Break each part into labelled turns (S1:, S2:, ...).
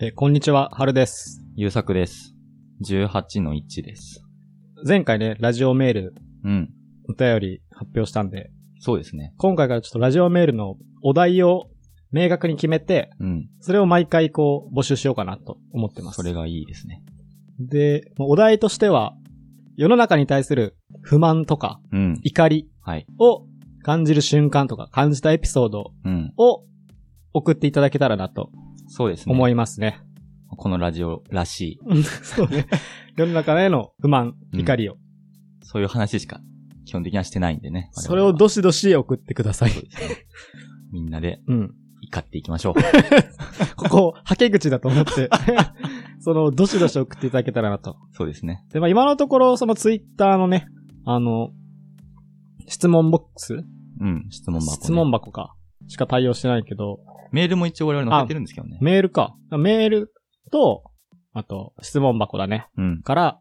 S1: えーこんにちは、はるです。
S2: 優作です。18の1です。
S1: 前回ね、ラジオメール、
S2: うん。
S1: お便り発表したんで、
S2: そうですね。
S1: 今回からちょっとラジオメールのお題を明確に決めて、
S2: うん。
S1: それを毎回こう募集しようかなと思ってます。
S2: それがいいですね。
S1: で、もうお題としては、世の中に対する不満とか
S2: うん。
S1: 怒り
S2: はい。
S1: を感じる瞬間とか感じたエピソード
S2: うん。
S1: を送っていただけたらなと
S2: そうですね。
S1: 思いますね。
S2: このラジオらしい。
S1: そう ね。世の中への不満、
S2: うん
S1: 怒りを。
S2: そういう話しか基本的にはしてないんでね。
S1: それをどしどし送ってください
S2: そう。ですね。みんなで
S1: うん。
S2: 怒っていきま しょう。
S1: ここ、はけ口だと思 って、その、どしどし送っていただけたらなと。
S2: そうですね。
S1: で、まあ今のところ、そのツイッターのね、あの、質問ボックス、
S2: うん。質問箱、ね。
S1: 質問箱か。しか対応してないけど、
S2: メールも一応我々載せてるんですけどね。
S1: メールか。メールと、あと、質問箱だね。
S2: うん。
S1: から、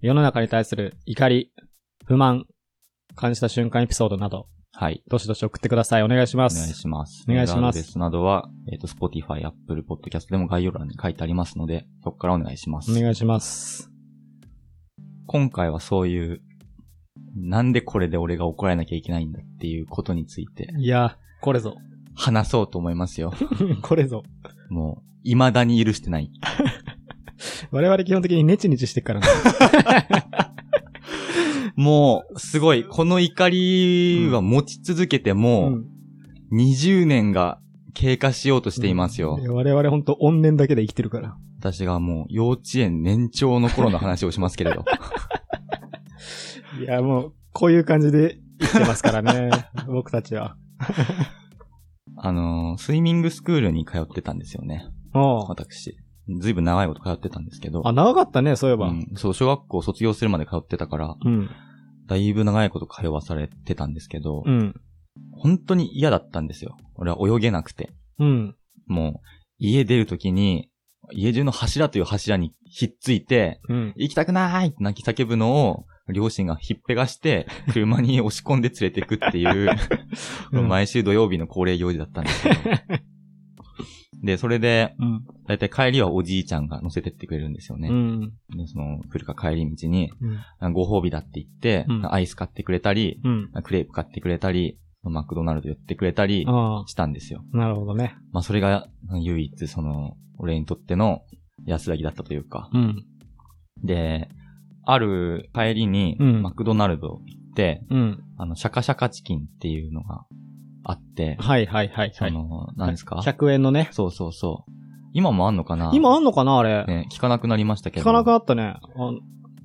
S1: 世の中に対する怒り、不満、感じた瞬間エピソードなど、
S2: はい。
S1: どしどし送ってください。お願いしま
S2: お願い
S1: す。
S2: します。
S1: お願いします
S2: メールアドレスなどは、えっ、と、Spotify、Apple Podcast でも概要欄に書いてありますので、そこからお願いしま
S1: お
S2: す。
S1: 願いします。
S2: 今回はそういう、なんでこれで俺が怒られなきゃいけないんだっていうことについて
S1: いや、これぞ。
S2: 話そうと思いますよ。
S1: これぞ。
S2: もう、未だに許してない。
S1: 我々基本的にネチネチしてっからね。
S2: もう、すごい、この怒りは持ち続けても、
S1: ん
S2: 20年が経過しようとしていますよ。
S1: いや我々ほんと怨念だけで生きてるから。
S2: 私がもう、幼稚園年長の頃の話をします けれど。
S1: いや、もう、こういう感じで生きてますから ね。僕たちは。
S2: あのー、スイミングスクールに通ってたんですよね。
S1: あ
S2: 私。ずいぶん長いこと通ってたんですけど。
S1: あ、長かったね、そういえば。
S2: うん、そう、小学校卒業するまで通ってたから、
S1: うん。
S2: だいぶ長いこと通わされてたんですけど、
S1: うん。
S2: 本当に嫌だったんですよ。俺は泳げなくて。
S1: うん。
S2: もう、家出るときに、家中の柱という柱にひっついて、
S1: うん。
S2: 行きたくないって泣き叫ぶのを、両親がひっぺがして、車に押し込んで連れてくっていう、
S1: うん
S2: 毎週土曜日の恒例行事だったんで すけど。で、それで、
S1: うん。
S2: だいたい帰りはおじいちゃんが乗せてってくれるんですよ
S1: う
S2: ね。
S1: ん。
S2: でその、来るか帰り道に、
S1: うん
S2: ご褒美だって言って、
S1: うん
S2: アイス買ってくれたり、
S1: うん。
S2: クレープ買ってくれたり、マクドナルド寄ってくれたり
S1: あ
S2: したんですよ。
S1: あ、なるほどね。
S2: まあそれが唯一その、俺にとっての安らぎだったというか。
S1: うん。
S2: で、ある帰りに
S1: うん
S2: マクドナルド行って、
S1: うん。
S2: あの、シャカシャカチキンっていうのがあって、
S1: はいはいはいは
S2: そ
S1: い。
S2: の、何ですか
S1: ?100 円のね。
S2: そうそうそう。今もあんのかな
S1: 今あんのかなあれ。
S2: ね、聞かなくなりましたけ
S1: 聞
S2: ど。
S1: かなくなったね。あ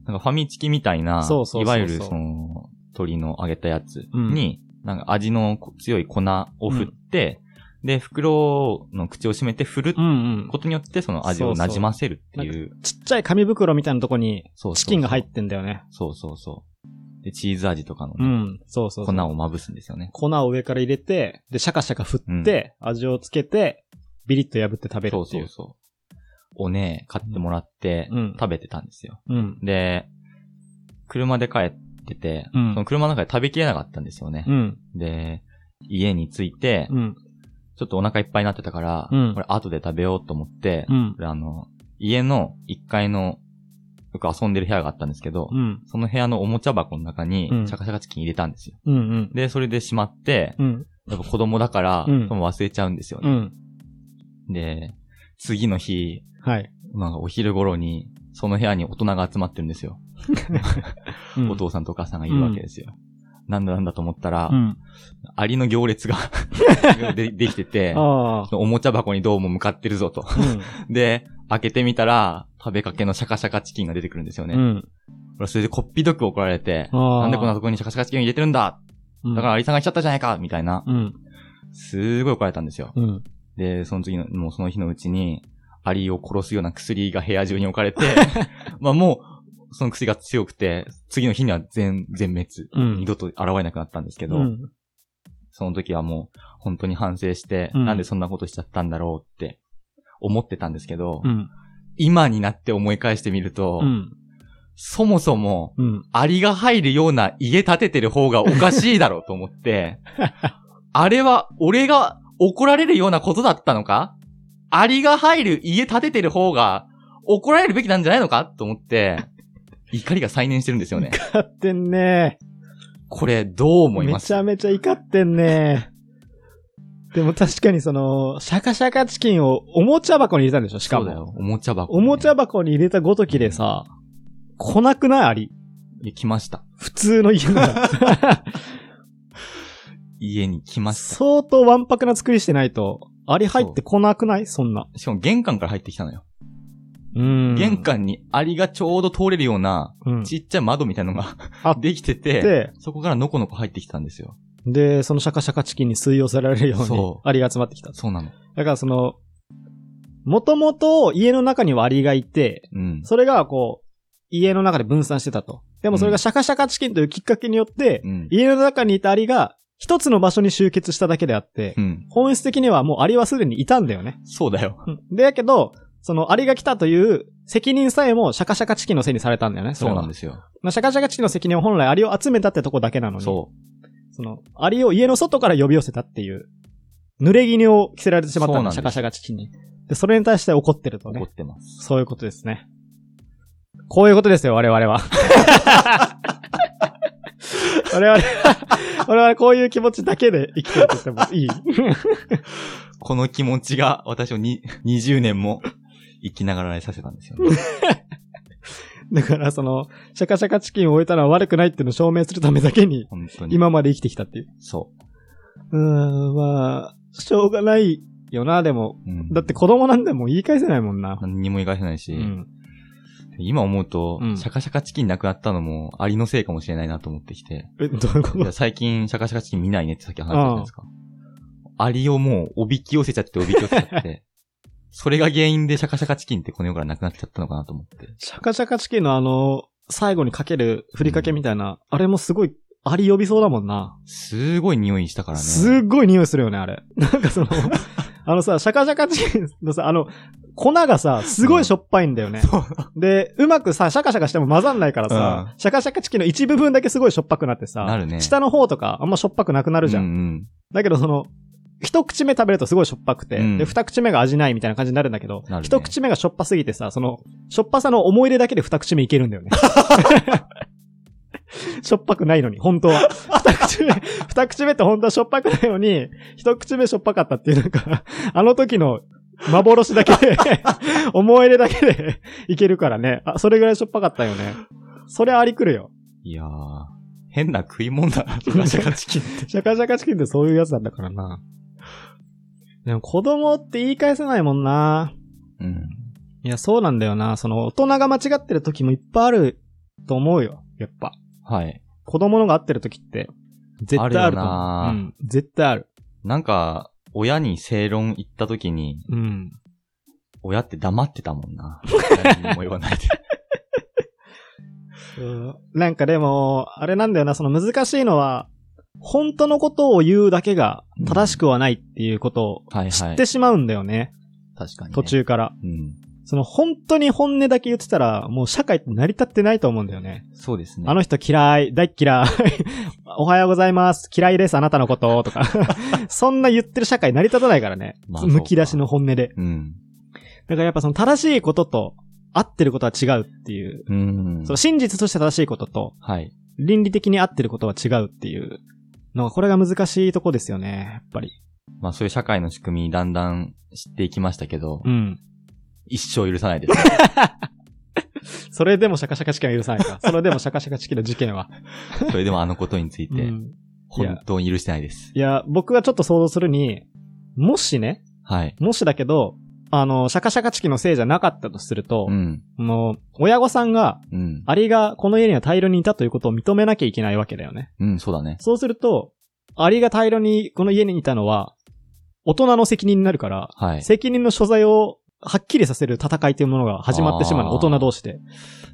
S2: なんかファミチキみたいな、
S1: そうそうそうそう
S2: いわゆるその、鶏の揚げたやつに、なんか味の強い粉を振って、で、袋の口を閉めて振る
S1: うんうん。
S2: ことによって、その味を馴染ませるっていう。
S1: ちっちゃい紙袋みたいなとこに
S2: そうそうそう
S1: チキンが入ってんだよね。
S2: そうそうそう。で、チーズ味とかの
S1: う
S2: ね
S1: ん。そうそう
S2: 粉
S1: そう。
S2: をまぶすんですよね。
S1: 粉を上から入れて、で、シャカシャカ振って、味をつけて、ビリッと破って食べる
S2: そう
S1: ってい。
S2: そううそう。をね、買ってもらって
S1: うん、
S2: 食べてたんですよ。
S1: うん。
S2: で、車で帰ってて、
S1: うん
S2: その車の中で食べきれなかったんですよね
S1: う。ん。
S2: で、家に着いて、
S1: うん。
S2: ちょっとお腹いっぱいになってたから、
S1: うん
S2: これ後で食べようと思って、
S1: うん。
S2: 俺あの、家の1階の、よく遊んでる部屋があったんですけど、
S1: うん。
S2: その部屋のおもちゃ箱の中に
S1: うん、
S2: シャカシャカチキン入れたんですよ。
S1: うん。
S2: で、それでしまって、
S1: うん。
S2: やっぱ子供だから、
S1: うん
S2: 多分忘れちゃうんですよ
S1: う
S2: ね。
S1: ん。
S2: で、次の日、
S1: はい。
S2: なんかお昼頃に、その部屋に大人が集まってるんですよ。
S1: うん
S2: お父さんとお母さんがいるわけですよ。なんだなんだと思ったら、
S1: うん。
S2: アリの行列が でできてて、
S1: ああ。
S2: おもちゃ箱にどうも向かってるぞと。で、開けてみたら、食べかけのシャカシャカチキンが出てくるんですよ
S1: う
S2: ね。
S1: ん。
S2: 俺それでこっぴどく怒られて、
S1: ああ
S2: なんでこんなとこにシャカシャカチキンを入れてるんだ
S1: うん。
S2: だからアリさんが来ちゃったじゃないかみたいな。
S1: うん。
S2: すごい怒られたんですよ。
S1: うん。
S2: で、その次の、もうその日のうちに、アリを殺すような薬が部屋中に置かれ て、まあもう、その薬が強くて、次の日には全、全滅。
S1: うん
S2: 二度と現れなくなったんですけ
S1: う
S2: ど、
S1: ん。
S2: その時はもう、本当に反省して、
S1: うん
S2: なんでそんなことしちゃったんだろうって、思ってたんですけど、
S1: うん。
S2: 今になって思い返してみると、
S1: うん。
S2: そもそも、
S1: うん。
S2: アリが入るような家建ててる方がおかしいだろうと 思って、あれは俺が怒られるようなことだったのかアリが入る家建ててる方が怒られるべきなんじゃないのかと思って、怒りが再燃してるんですよね。
S1: 怒ってんね
S2: これ、どう思い
S1: め
S2: ます
S1: ちゃめちゃ怒ってんねでも確かにその、シャカシャカチキンをおもちゃ箱に入れたんでしょしか
S2: そうだ
S1: も。
S2: よ。おもちゃ箱、
S1: おもちゃ箱に入れたごときでさ、来なくないアリ。
S2: いや来ました。
S1: 普通の家なら。
S2: 家に来 まし
S1: 相当わんぱくな作りしてないと、アリ入ってこなくないそんな。
S2: た。しかも玄関から入ってきたのよ。
S1: うん
S2: 玄。関にアリがちょうど通れるような、
S1: うん。
S2: ちっちゃい窓みたいなのが
S1: あっ
S2: できてて、
S1: で、
S2: そこからのこのこ入ってきたんですよ。
S1: で、そのシャカシャカチキンに吸い寄せられるように
S2: そ、
S1: アリが集まってきた。
S2: そうなの。
S1: だからその、もともと家の中にはアリがいて、
S2: うん。
S1: それがこう、家の中で分散してたと。でもそれがシャカシャカチキンというきっかけによって、
S2: うん。
S1: 家の中にいたアリが一つの場所に集結しただけであって、
S2: うん。
S1: 本質的にはもうアリはすでにいたんだよね。
S2: そうだよ。
S1: で、やけど、そのアリが来たという責任さえもシャカシャカチキンのせいにされたんだよね。。
S2: そうなんですすよ。
S1: まあ、シャカシャカチキンの責任は本来アリを集めたってとこだけなのに、
S2: そ
S1: その、アリを家の外から呼び寄せたっていう、濡れ衣を着せられてしまった
S2: そ
S1: の、
S2: うなんです
S1: シャカシャカチキンに。で、それに対して怒ってる
S2: う。
S1: と
S2: 怒
S1: ね
S2: っ。てます。
S1: そういうことですね。こういうことですよ、我々 は。我々は、我々こういう気持ちだけで生きてると言ってもいい。
S2: この気持ちが私をに20年も生きながらえさせたんですよね。
S1: だから、その、シャカシャカチキンを置いたのは悪くないっていうのを証明するためだけに、
S2: 本当に。
S1: 今まで生きてきたっていう。
S2: そう
S1: ーん、まあ、しょうがないよな、でも。
S2: う。うん
S1: だって子供なんでもう言い返せないもんな。
S2: 何にも言い返せないし、
S1: うん。
S2: 今思うと、
S1: うん
S2: シャカシャカチキンなくなったのも、アリのせいかもしれないなと思ってきて、
S1: え、どういうこ
S2: い
S1: と
S2: や最近シャカシャカチキン見ないねってさっき話したじゃないですか。アリをもうおびき寄せちゃっておびき寄せちゃって、 それが原因でシャカシャカチキンってこの世からなくなっちゃったのかなと思って。
S1: シャカシャカチキンのあの、最後にかけるふりかけみたいな、あれもすごい、アリ呼びそうだもんな。
S2: すごい匂いしたからね。
S1: すっごい匂いするよね、あれ。 なんかそ の、あのさ、シャカシャカチキンのさ、あの、粉がさ、すごいしょっぱいんだよね。
S2: そう
S1: で、うまくさ、シャカシャカしても混ざんないからさ、シャカシャカチキンの一部分だけすごいしょっぱくなってさ、
S2: なるね
S1: 下の方とかあんましょっぱくなくなるじゃん。
S2: うんうん。
S1: だけどその、一口目食べるとすごいしょっぱくて、
S2: うん
S1: で、二口目が味ないみたいな感じになるんだけど、
S2: なるね
S1: 一口目がしょっぱすぎてさ、その、しょっぱさの思い入れだけで二口目いけるんだよね。しょっぱくないのに、本当は。二口目、二口目って本当はしょっぱくないのに、一口目しょっぱかったっていう、なんか、あの時の幻だけで、思い入れだけでいけるからね。あ、それぐらいしょっぱかったよね。それありくるよ。
S2: いやー、変な食い物だな、シャカシャカ チキンって。
S1: シャカシャカチキンってそういうやつなんだからな。でも子供って言い返せないもんな。
S2: うん。
S1: いや、そうなんだよな。その大人が間違ってる時もいっぱいあると思うよ。やっぱ。
S2: はい。
S1: 子供のが合ってる時って。絶対あると思う。
S2: あるよな
S1: うん。絶対ある。
S2: なんか、親に正論言った時に、
S1: うん。
S2: 親って黙ってたもんな。何も言 わないで。
S1: なんかでも、あれなんだよな。その難しいのは、本当のことを言うだけが正しくはないっていうこと
S2: はいは
S1: を
S2: い。
S1: 知ってしまうんだよね。
S2: 確かに、ね。
S1: 途。中から。
S2: うん。
S1: その本当に本音だけ言ってたら、もう社会って成り立ってないと思うんだよね。
S2: そうですね。
S1: あの人嫌い、大っ嫌い、 おはようございます、嫌いです、あなたのこと、とか。 そんな言ってる社会成り立たないからね。
S2: まあ
S1: むき出しの本音で。
S2: うん。
S1: だからやっぱその正しいことと合ってることは違うっていう。
S2: うん。
S1: その真実として正しいことと
S2: はい。
S1: 倫理的に合ってることは違うっていうのが、これが難しいとこですよね、やっぱり。
S2: まあそういう社会の仕組みだんだん知っていきましたけど、
S1: うん。
S2: 一生許さないです。
S1: それでもシャカシャカ事件は許さない か。それでもシャカシャカ事件の事件は。
S2: それでもあのことについうて、
S1: ん
S2: 本当に許してないです。
S1: いや、僕がちょっと想像するに、もしね、
S2: はい。
S1: もしだけど、あの、シャカシャカチキのせいじゃなかったとすると
S2: う、ん。
S1: あの、親御さんが、
S2: うん。
S1: アリがこの家には大量にいたということを認めなきゃいけないわけだよね。
S2: うん、そうだね。
S1: そうすると、アリが大量にこの家にいたのは、大人の責任になるから、
S2: はい。
S1: 責任の所在をはっきりさせる戦いというものが始まってしまうの、
S2: あー
S1: 大人同士で。
S2: な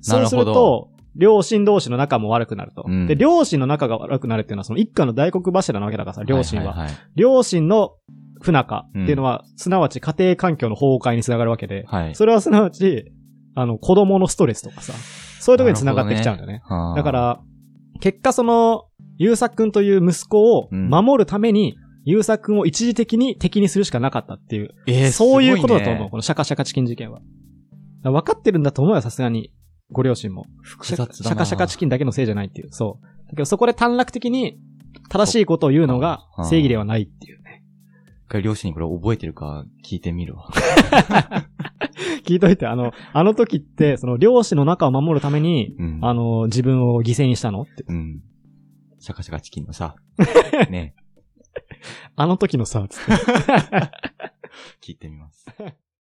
S1: そう
S2: る
S1: する
S2: ほど
S1: と、両親同士の仲も悪くなると。
S2: うん
S1: で、両親の仲が悪くなるっていうのは、その一家の大黒柱なわけだからさ、両親は。
S2: はいはい
S1: 両親の不仲っていうのは、すなわち家庭環境の崩壊につながるわけで、
S2: はい。はい。
S1: それはすなわち、あの、子供のストレスとかさ、そういうところにつながってきちゃうんだよね。
S2: はあ
S1: だか、ら、結果その、ゆうさくんという息子を
S2: うん
S1: 守るために、優作を一時的に敵にするしかなかったっていう、
S2: え
S1: そういうことだと思う、
S2: う。
S1: このシャカシャカチキン事件は。だから分かってるんだと思うよ、さすがに。ご両親も。シ
S2: 複
S1: ャカ
S2: 雑
S1: シ
S2: だな。
S1: ャカシャカチキンだけのせいじゃないっていう。そう。だけどそこで短絡的に正しいことを言うのが
S2: そう
S1: 正義ではないっていう ね。
S2: 一回両親にこれ覚えてるか聞いてみるわ。
S1: 聞いといて、あの、あの時って、その両親の中を守るために、
S2: うん。
S1: あの、自分を犠牲にしたのって。
S2: うん。シャカシャカチキン のさ、ね、
S1: あの時のさ、つって
S2: 聞いてみます。